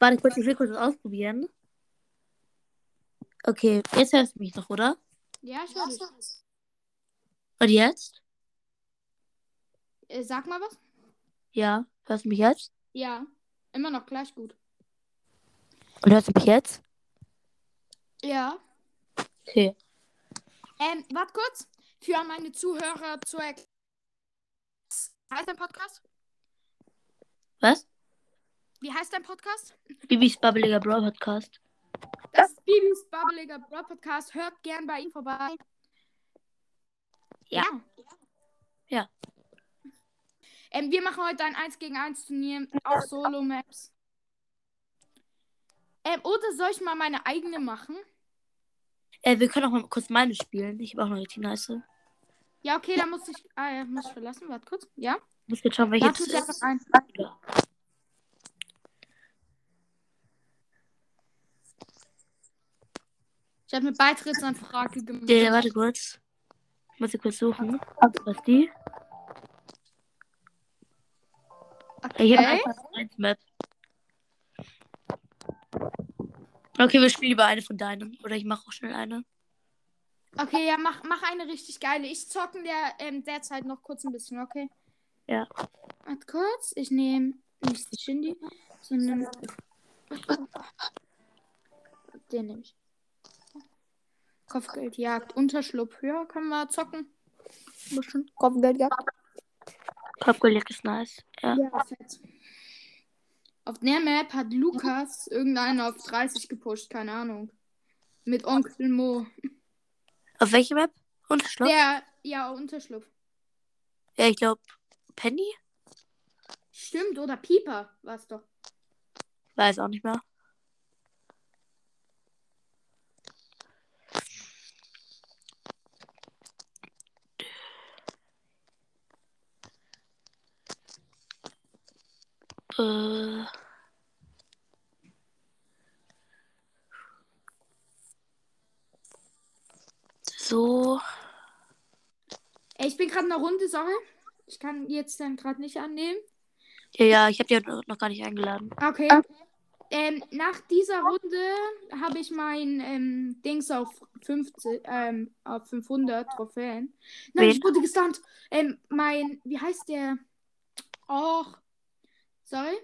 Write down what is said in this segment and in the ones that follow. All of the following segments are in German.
Warte kurz, ich will kurz was ausprobieren. Okay, jetzt hörst du mich noch, oder? Ja, ich höre dich. Und jetzt? Äh, sag mal was. Ja, hörst du mich jetzt? Ja, immer noch gleich gut. Und hörst du mich jetzt? Ja. Okay. Ähm, warte kurz. Für meine Zuhörer zur Erklärung. Heißt dein Podcast? Was? Wie heißt dein Podcast? Bibis Babbeliger Bro Podcast. Das ist Bibis Babbeliger Bro Podcast. Hört gern bei ihm vorbei. Ja. Ja. Ähm, wir machen heute ein 1 gegen 1 Turnier auf Solo-Maps. Ähm, oder soll ich mal meine eigene machen? Äh, wir können auch mal kurz meine spielen. Ich habe auch noch richtig nice. Ja, okay, dann muss ich, äh, muss ich verlassen. Warte kurz. Ja? Muss jetzt schauen, welche Warte das ich einfach ist. ein. Ich habe eine Beitrittsanfrage gemacht. Äh, warte kurz. Ich muss sie kurz suchen. Was ist die? Okay. Ich habe einfach eins Map. Okay, wir spielen lieber eine von deinen. Oder ich mache auch schnell eine. Okay, ja, mach, mach eine richtig geile. Ich zocken der ähm, derzeit noch kurz ein bisschen, okay? Ja. Warte kurz, ich nehme nicht die Shindy, sondern. Den nehme ich. Kopfgeldjagd, Unterschlupf. Ja, können wir zocken. Bestimmt. Kopfgeldjagd. Kopfgelegt ist nice. Ja. Ja, fett. Auf der Map hat Lukas irgendeinen auf 30 gepusht, keine Ahnung. Mit Onkel Mo. Auf welche Map? Unterschlupf? Der, ja, Unterschlupf. Ja, ich glaube Penny? Stimmt, oder Pieper war es doch. Weiß auch nicht mehr. Äh. So. Ey, ich bin gerade in einer Runde, sorry. Ich kann jetzt dann gerade nicht annehmen. Ja, ja, ich habe die noch- noch gar nicht eingeladen. Okay. Ähm, nach dieser Runde habe ich mein ähm, Dings auf, 50, ähm, auf 500 Trophäen. Nein, Wen? ich wurde gestunt. Ähm, mein, wie heißt der? Och. Sorry.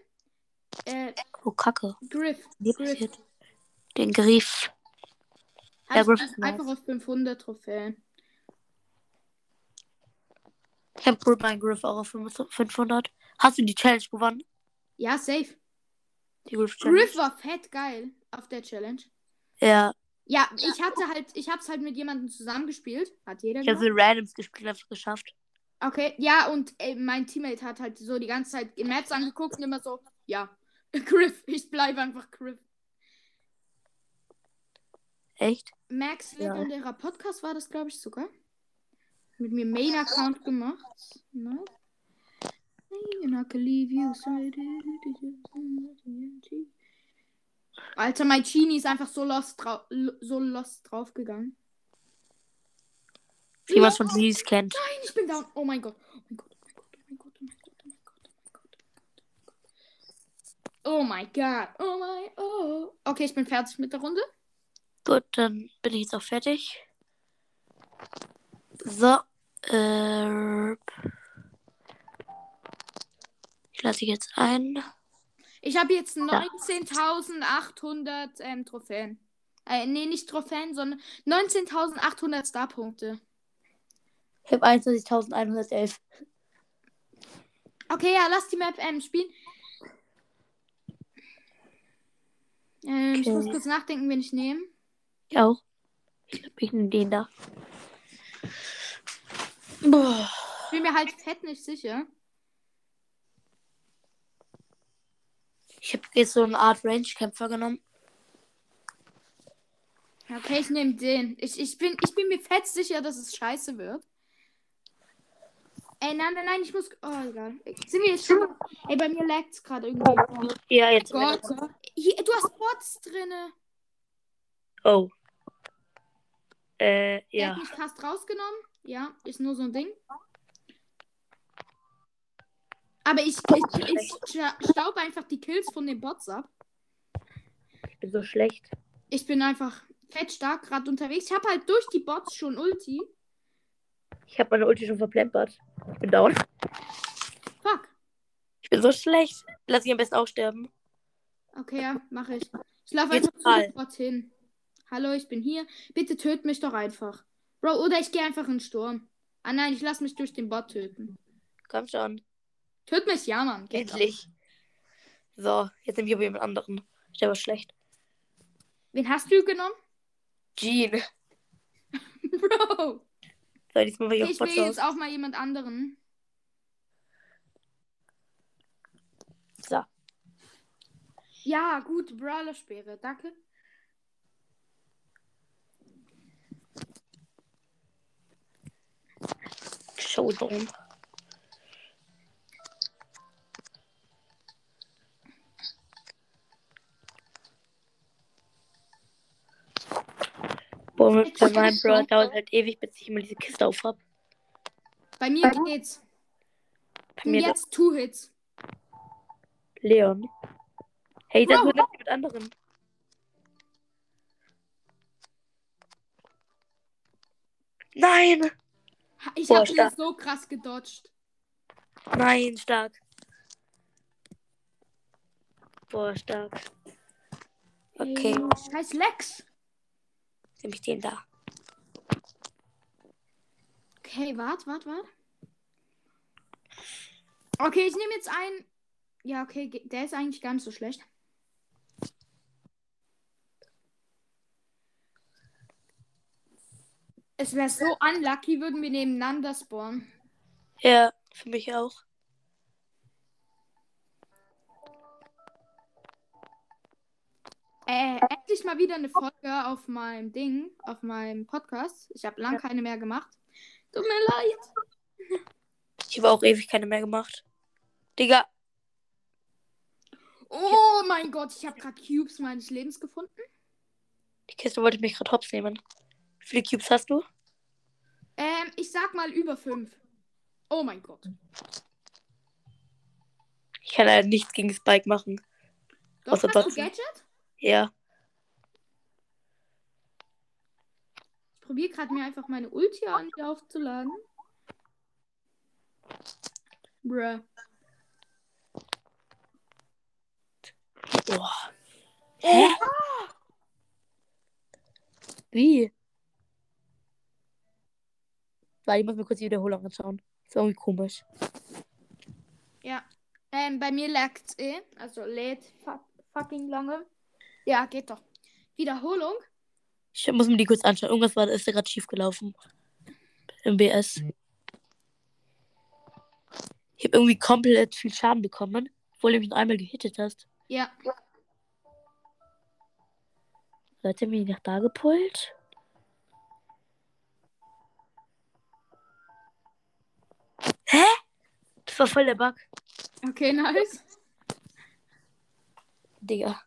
Äh, Oh, Kacke. Griff. Mir Griff. passiert. Den Griff. Hab ich Griff ist nice. Also einfach auf 500 Trophäen. Ich habe meinen Griff auch auf 500. Hast du die Challenge gewonnen? Ja, safe. Die Griff Challenge? Griff war fett geil auf der Challenge. Ja, Ja, ich hatte halt, ich hab's halt mit jemandem zusammengespielt. Hat jeder ich habe gemacht. so Randoms gespielt, hab's geschafft. Okay, ja, und ey, mein Teammate hat halt so die ganze Zeit in Maps angeguckt und immer so, ja, Griff, ich bleibe einfach Griff. Echt? Max Ja. legendärer Podcast war das, glaube ich, sogar. Mit mir Main-Account gemacht. Ne? You're not gonna leave you, so I did it. Alter, mein Genie ist einfach so lost, drau lo- so lost draufgegangen. Wie man es von Genies kennt. Nein, ich bin down. Oh mein Gott. Oh mein Gott, oh mein Gott, oh mein Gott, oh mein Gott, oh mein Gott, oh mein Gott, oh mein Gott. Oh mein Gott. Oh mein, oh. Okay, ich bin fertig mit der Runde. Gut, dann bin ich jetzt auch fertig. So. Äh, ich lasse dich jetzt ein. Ich habe jetzt 19.800 ähm, Trophäen. Äh, nee, nicht Trophäen, sondern 19.800 Starpunkte. Ich habe 21.111. Okay, ja, lass die Map ähm, spielen. Ähm, Ich Okay. muss kurz nachdenken, wen ich nehme. Ich auch. Ich glaube, ich nehme den da. Boah. Ich bin mir halt fett nicht sicher. Ich habe jetzt so eine Art Range-Kämpfer genommen. Ja, Okay, ich nehme den. Ich, ich, bin, ich bin mir fett sicher, dass es scheiße wird. Ey, nein, nein, nein, ich muss. Oh, egal. Sind wir jetzt schon. Ey, bei mir laggt es gerade irgendwie. Oh Ja, jetzt. Gott. Hier, du hast Bots drinne. Oh. Äh, Der ja. hat mich fast rausgenommen. Ja, ist nur so ein Ding. Aber ich, ich, ich sta- staub einfach die Kills von den Bots ab. bin so schlecht. Ich bin einfach fett stark gerade unterwegs. Ich habe halt durch die Bots schon Ulti. Ich habe meine Ulti schon verplempert. Ich bin down. Fuck. Ich bin so schlecht. Lass ich am besten auch sterben. Okay, ja, mache ich. Ich laufe Jetzt einfach zu Karl. dem Bot hin. Hallo, ich bin hier. Bitte töt mich doch einfach. Bro, oder ich gehe einfach in den Sturm. Ah nein, ich lasse mich durch den Bot töten. Komm schon. Töt mich, ja, Mann. geht doch. Endlich. So, jetzt nehme ich aber jemand anderen. Der war schlecht. Wen hast du genommen? Jean. Bro. So, diesmal war ich auf Ich will Bots aus. jetzt auch mal jemand anderen. So. Ja, gut, Brawler-Sperre, danke. Showdown. Boah, mit- bei meinem Bro dauert halt ewig, bis ich immer diese Kiste auf hab. Bei mir geht's. Bei Und mir ist jetzt Two Hits. das Leon. Hey, das Wow. wird mit anderen. Nein! Ha, Ich Boah, habe den stark. so krass gedodged. Nein, stark. Boah, stark. Okay, Ey, Scheiß Lex. nehme ich den da. Okay, wart, wart, wart. Okay, ich nehme jetzt einen. Ja, okay, ge- der ist eigentlich gar nicht so schlecht. Es wäre so unlucky, würden wir nebeneinander spawnen. Ja, für mich auch. Äh, endlich mal wieder eine Folge auf meinem Ding, auf meinem Podcast. Ich habe lange keine mehr gemacht. Tut mir leid. Ich habe auch ewig keine mehr gemacht. Digga, Oh mein Gott, ich habe gerade Cubes meines Lebens gefunden. die Kiste wollte mich gerade hops nehmen. Wie viele Cubes hast du? Ähm, ich sag mal über fünf. Oh mein Gott. Ich kann leider nichts gegen Spike machen. Doch, Außer hast du Boxen. Gadget? Ja, Ich probiere gerade mir einfach meine Ulti an die aufzuladen. Bruh. Boah. Hä? Wie? Warte, ich muss mir kurz die Wiederholung anschauen. Ist irgendwie komisch. Ähm, bei mir lag's eh. Also lädt fuck, fucking lange. Ja, geht doch. Wiederholung. Ich muss mir die kurz anschauen. Irgendwas war, ist da gerade schief gelaufen. Im BS. Ich habe irgendwie komplett viel Schaden bekommen, obwohl du mich nur einmal gehittet hast. Ja. Leute, mich nach da gepult. Hä? Das war voll der Bug. Okay, nice. Digga.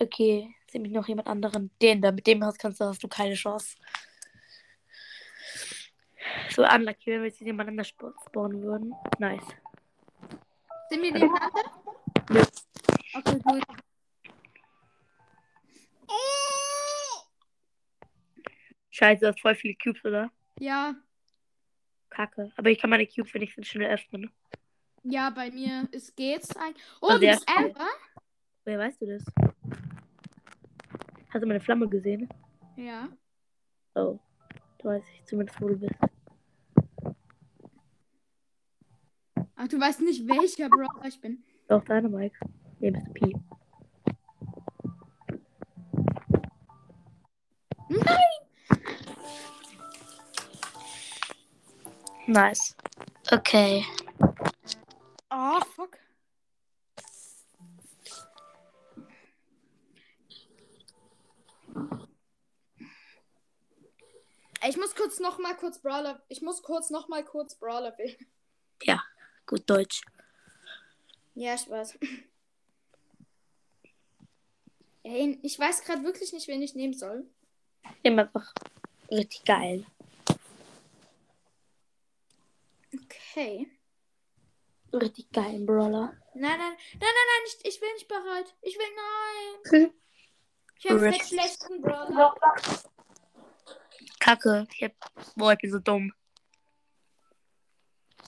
Okay, jetzt nehme ich noch jemand anderen. Den da, mit dem hast, kannst du, hast du keine Chance. So unlucky, wenn wir jetzt nebeneinander sp- spawnen würden. Nice. Sind wir nebeneinander? Ja. Okay, gut. Oh! Scheiße, du hast voll viele Cubes, oder? Ja, Kacke. Aber ich kann meine Cubes wenigstens schnell öffnen. ja, bei mir ist geht's eigentlich. Oh, Also, du ja, bist Amber? Woher weißt du das? Hast du meine Flamme gesehen? Ja. Oh. Da weiß ich zumindest, wo du bist. Ach, du weißt nicht, welcher Brawler ich bin. Doch, deine Mike. Nee, bist du Pi. Nein! Nice. Okay. Oh, fuck. Ich muss kurz noch mal kurz Brawler. Ich muss kurz noch mal kurz Brawler wählen. Gut Deutsch. Ja, ich weiß. Ey, ich weiß gerade wirklich nicht, wen ich nehmen soll. Immer einfach richtig geil. Okay. Richtig geil, Brawler. Nein, nein, nein, nein, nein, ich, ich will nicht bereit. Ich will nein. Ich hab Rip. fett schlechten Brawler. Kacke. Ich hab, boah, ich bin so dumm.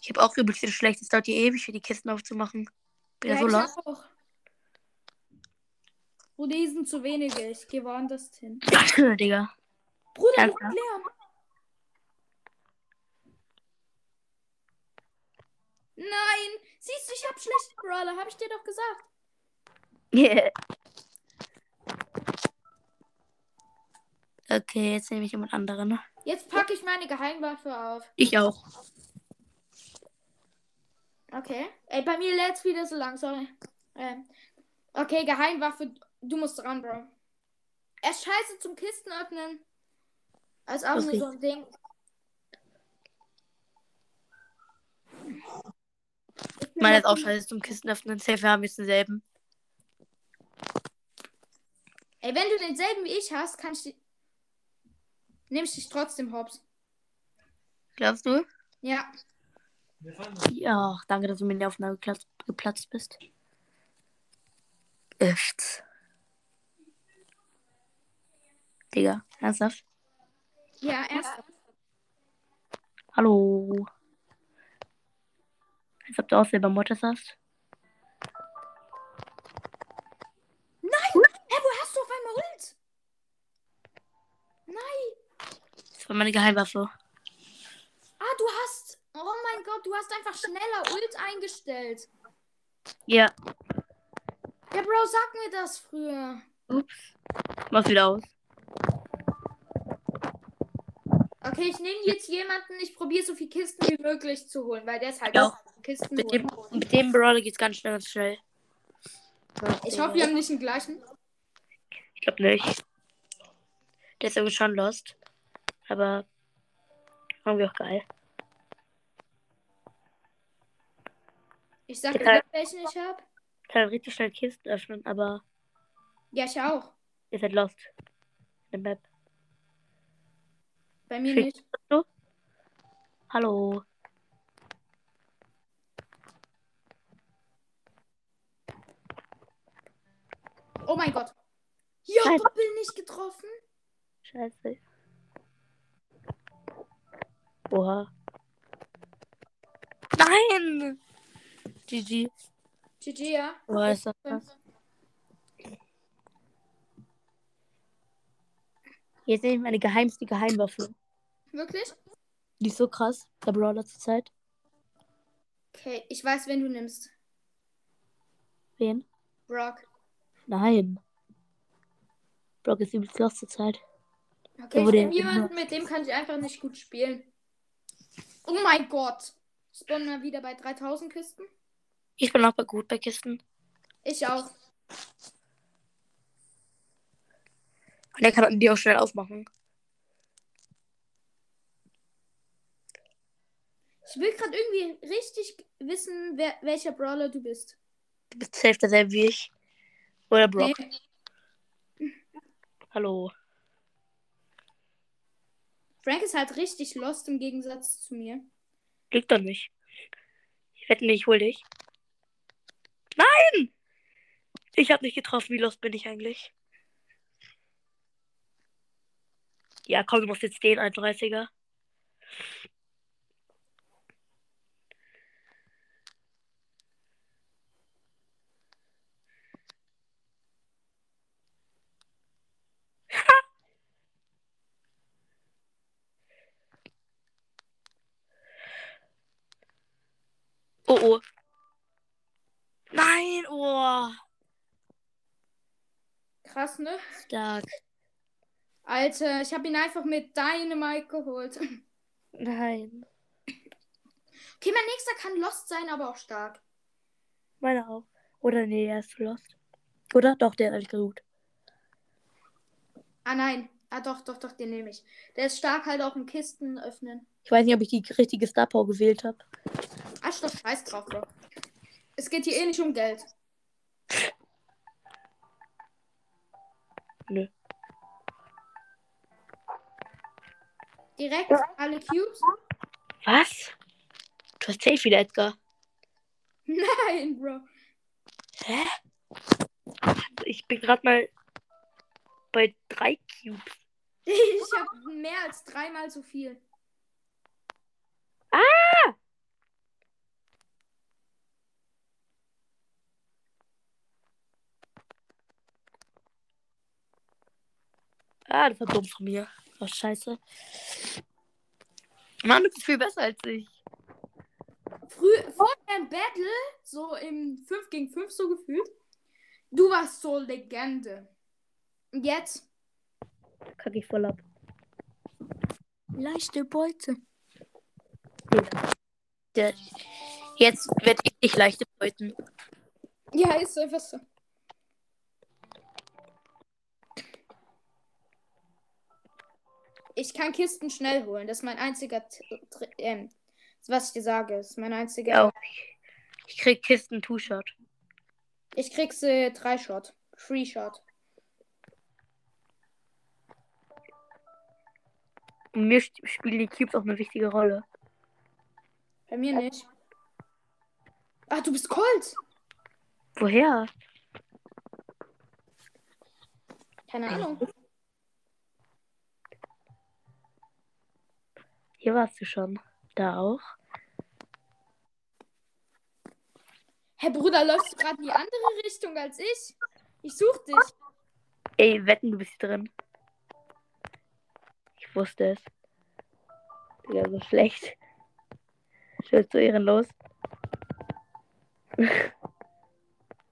Ich hab auch übelst viel schlecht. Es dauert hier ewig, hier die Kisten aufzumachen. Bin ja, so ich lang. hab auch. Bruder, hier sind zu wenige. Ich geh woanders hin. Digga. Bruder, du Danke. hast Lärm. Nein! Siehst du, ich hab schlechten Brawler. Hab ich dir doch gesagt. Okay, jetzt nehme ich jemand anderen. ne? Jetzt packe ich meine Geheimwaffe auf. Ich auch. Okay. Ey, bei mir lädt's wieder so lang, sorry. Ähm, okay, Geheimwaffe. Du musst dran, Bro. Es ist scheiße zum Kisten öffnen. Ist auch Okay. nur so ein Ding. Meine ist auch scheiße zum Kisten öffnen. Safe haben wir jetzt denselben. Ey, wenn du denselben wie ich hast, kann ich dich. Nimm ich dich trotzdem, Hobbs. Glaubst du? Ja. Ja, danke, dass du mir in der Aufnahme geplatzt, geplatzt bist. Echt. Digga, ernsthaft? Ja, erst. Hallo. Als ob du auch selber Mottes hast. Ey, wo hast du auf einmal Ult? Das war meine Geheimwaffe. Ah, du hast. Oh mein Gott, du hast einfach schneller Ult eingestellt. Ja, Ja, Bro, sag mir das früher. mach's wieder aus. Okay, ich nehme jetzt jemanden, ich probiere so viele Kisten wie möglich zu holen, weil der ist halt Ja. auch Kisten Mit dem, holen. mit dem Brawler geht's ganz schnell, ganz schnell. Ich hoffe, wir haben nicht den gleichen. Ich glaub nicht. Der ist irgendwie schon lost. Aber irgendwie auch geil. Ich sag dir, Ja. welchen ich habe. Kann halt richtig schnell Kisten öffnen, aber Ja, ich auch. ist halt lost. In der Map. Bei mir Schick. nicht. Hallo. Oh mein Gott. Ja, Nein. Doppel nicht getroffen. Scheiße. Oha. Nein! GG. GG, ja. Oha, ist das krass. Jetzt nehme ich meine geheimste Geheimwaffe. Wirklich? Die ist so krass, der Brawler zur Zeit. Okay, ich weiß, wen du nimmst. Wen? Brock. Nein. Brock ist übelst lost zur Zeit. Okay, ich wurde nehme ja- jemanden, mit dem kann ich einfach nicht gut spielen. Oh mein Gott. Spawnen wir wieder bei 3000 Kisten? Ich bin auch bei gut bei Kisten. Ich auch. Und er kann die auch schnell aufmachen. Ich will gerade irgendwie richtig wissen, wer, welcher Brawler du bist. Du bist safe derselbe wie ich. Oder Brock. Nee. Hallo. Frank ist halt richtig lost im Gegensatz zu mir. Liegt doch nicht. Ich wette nicht, ich hol dich. Nein! Ich hab nicht getroffen. Wie lost bin ich eigentlich? Ja, komm, du musst jetzt den 31er. Oh, oh. Nein, oh. Krass, ne? Stark. Alter, ich habe ihn einfach mit Dynamite geholt. Okay, Nein. mein nächster kann lost sein, aber auch stark. Meine auch. Oder nee, er ist zu lost. Oder? Doch, der hat eigentlich gesucht. Ah nein. Ah doch, doch, doch, den nehme ich. Der ist stark halt auch im Kisten öffnen. Ich weiß nicht, ob ich die richtige Star Power gewählt habe. Ach doch, Ah, scheiß drauf, Bro. Es geht hier eh nicht um Geld. Nö. Direkt alle Cubes? Was? Du hast safe wieder, Edgar. Nein, Bro. Also, Ich bin gerade mal bei drei Cubes. Ich habe mehr als dreimal so viel. Ah, das war dumm von mir. Oh, scheiße. Mann, du bist viel besser als ich. Früh, vorher im Battle, so im 5 gegen 5 so gefühlt, du warst so Legende. Und jetzt? Kacke ich voll ab. Leichte Beute. Der- Jetzt werde ich dich leichte beuten. Ja, ist einfach so. Ich kann Kisten schnell holen. Das ist mein einziger. T Tr- ähm, was ich dir sage, ist mein einziger. Ja. Ich krieg Kisten Two-Shot. Ich krieg's äh, drei Shot. Free Shot. Und mir sp- spielen die Cubes auch eine wichtige Rolle. Bei mir nicht. Ah, du bist Colt. Woher? Keine Ahnung. Hier warst du schon. Da auch. Hey Bruder, läufst du gerade in die andere Richtung als ich? Ich such dich. Ey, wetten, du bist hier drin. Ich wusste es. Digga, so schlecht. Ich bin so ehrenlos. Digga,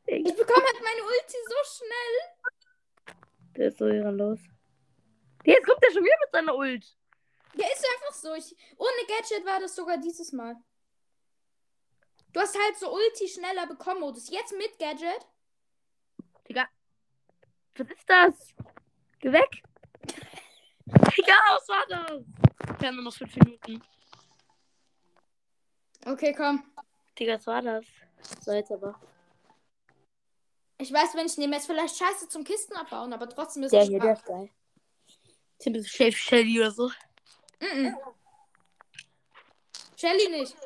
Ich bekomme halt meine Ulti so schnell. du bist so ehrenlos. Jetzt kommt er schon wieder mit seiner Ult. Ja, ist einfach so. Ich, ohne Gadget war das sogar dieses Mal. Du hast halt so Ulti schneller bekommen, Modus. Jetzt mit Gadget. Was ist das? Geh weg. Digga, was war das? Wir haben nur noch fünf Minuten. Okay, komm. Digga, was war das? So, jetzt aber. Ich weiß, wenn ich nehme, ist vielleicht scheiße zum Kisten abbauen, aber trotzdem ist Der es hier, der ist geil. Ich hab so Chef Shelly oder so. Mm -mm. Shelly nicht.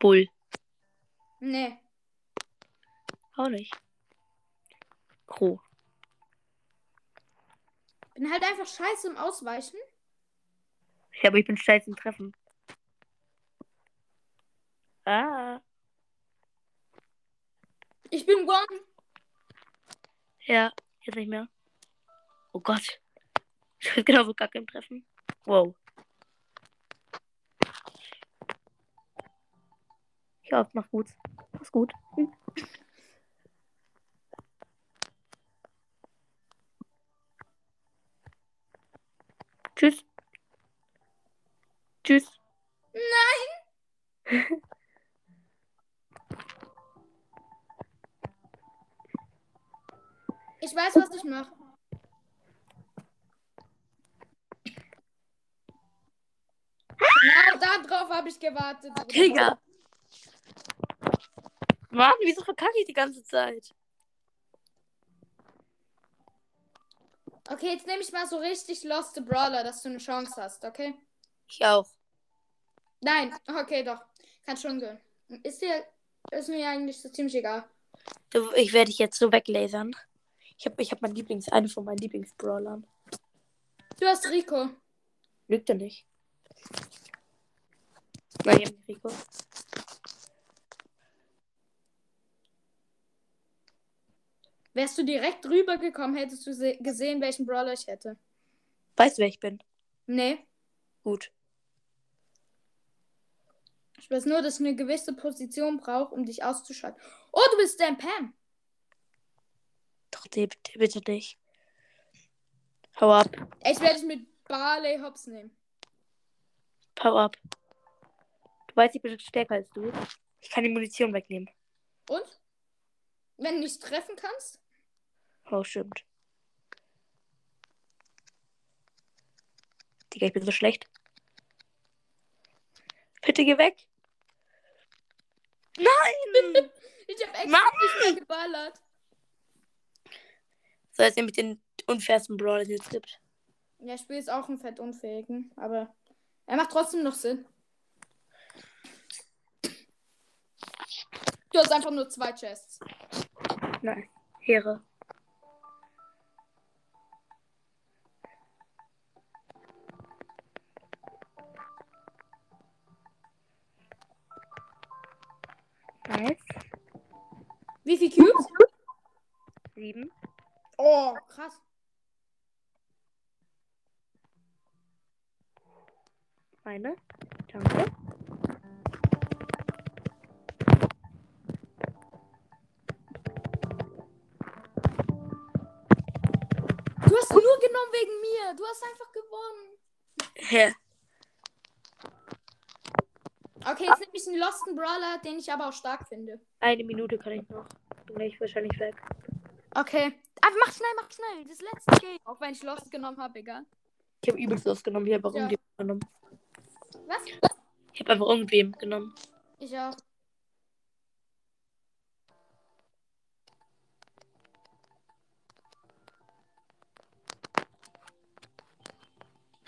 Bull. Nee. Auch nicht. Crow. Bin halt einfach scheiße im Ausweichen. Ja, aber ich bin scheiße im Treffen. Ah. Ich bin One. Ja, jetzt nicht mehr. Oh Gott. Ich bin genauso kacke im Treffen. Wow. Ich hoffe, mach gut. Mach's gut. Hm. Tschüss. Tschüss. Ich weiß, was ich mache. Genau da drauf habe ich gewartet. Digga. Mann, wieso verkacke ich die ganze Zeit? Okay, jetzt nehme ich mal so richtig Lost the Brawler, dass du eine Chance hast, okay? Ich auch. Nein, okay, doch. Kann schon gehen. Ist dir. Ist mir eigentlich so ziemlich egal. Du, ich werde dich jetzt so weglasern. Ich habe ich hab mein Lieblings, eine von meinen Lieblingsbrawlern. Du hast Rico. Lügt er nicht? Nein, ich hab nicht Rico. Wärst du direkt rübergekommen, hättest du se- gesehen, welchen Brawler ich hätte. Weißt du, wer ich bin? Nee. Gut. Ich weiß nur, dass ich eine gewisse Position brauche, um dich auszuschalten. Oh, du bist Dan Pam. Doch, nee, bitte, bitte nicht. Hau ab. Ich werde dich mit Barley Hobbs nehmen. Hau ab. Du weißt, ich bin stärker als du. Ich kann die Munition wegnehmen. Und? Wenn du nicht treffen kannst? Oh, stimmt. Digga, ich bin so schlecht. Bitte geh weg. Nein! Ich habe extra Mann! nicht mehr geballert. So, jetzt nehme ich den unfairsten Brawler, den es gibt. Ja, Spiel ist auch ein Fettunfähigen, aber er macht trotzdem noch Sinn. Du hast einfach nur zwei Chests. Nein. Heere. Wie viel Cubes? Sieben. Oh, krass. Eine. Danke. Du hast nur genommen wegen mir. Du hast einfach gewonnen. Hä? Okay, jetzt nehme ich einen Losten Brawler, den ich aber auch stark finde. Eine Minute kann ich noch. Bin gleich wahrscheinlich weg. Okay. Ah, mach schnell, mach schnell. Das letzte Game. Auch wenn ich Lost genommen habe, egal. Ich habe übelst losgenommen. Ich habe auch Ja. irgendwem genommen. Was? Ich habe einfach irgendwem genommen. Ich auch.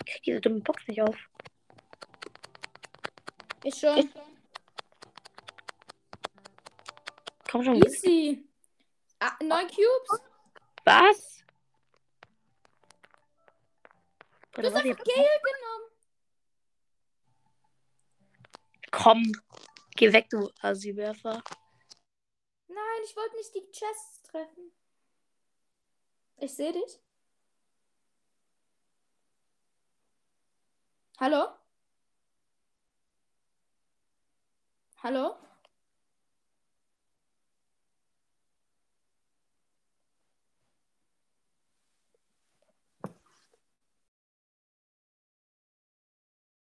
Ich krieg diese dumme Box nicht auf. Ich schon. Komm schon. Easy. Ah, neun Cubes. Was? Du Oder hast was einfach jetzt? Gale genommen. Komm. Geh weg, du Assi-Werfer. Nein, ich wollte nicht die Chests treffen. Ich sehe dich. Hallo? Hallo?